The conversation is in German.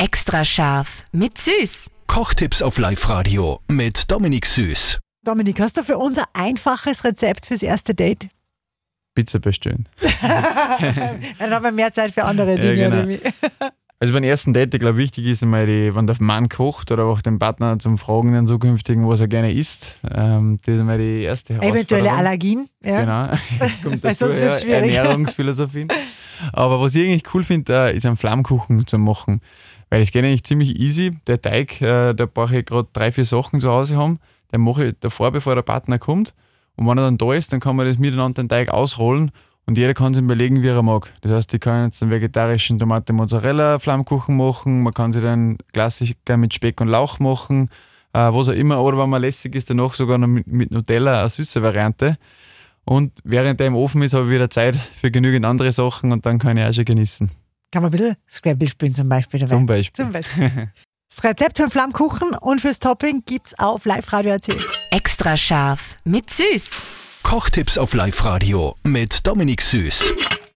Extra scharf mit Süß. Kochtipps auf Live-Radio mit Dominik Süß. Dominik, hast du für uns ein einfaches Rezept fürs erste Date? Pizza bestellen. Dann haben wir mehr Zeit für andere Dinge. genau. Remy. Also beim ersten Date, ich glaube wichtig ist einmal, die, wenn der Mann kocht oder auch den Partner zum Fragen den zukünftigen, was er gerne isst. Ähm, das ist einmal die erste Eventuelle Herausforderung. Allergien. Ja. Genau. Kommt Weil sonst wird's schwierig. Ernährungsphilosophien. Aber was ich eigentlich cool finde, äh, ist einen Flammkuchen zu machen. Weil das geht eigentlich ziemlich easy. Der Teig, äh, da brauche ich gerade drei, vier Sachen zu Hause haben. Den mache ich davor, bevor der Partner kommt. Und wenn er dann da ist, dann kann man das miteinander den Teig ausrollen und jeder kann sich überlegen, wie er mag. Das heißt, ich kann jetzt einen vegetarischen Tomate-Mozzarella-Flammkuchen machen, man kann sich dann Klassiker mit Speck und Lauch machen, äh, was auch immer. Oder wenn man lässig ist, danach sogar noch mit, mit Nutella eine süße Variante. Und während der im Ofen ist, habe ich wieder Zeit für genügend andere Sachen und dann kann ich auch schon genießen. Kann man ein bisschen Scrabble spielen zum Beispiel dabei. Zum Beispiel. Zum Beispiel. Das Rezept für den Flammkuchen und fürs Topping gibt's auf live radio erzählt. Extra scharf mit Süß. Kochtipps auf Live-Radio mit Dominik Süß.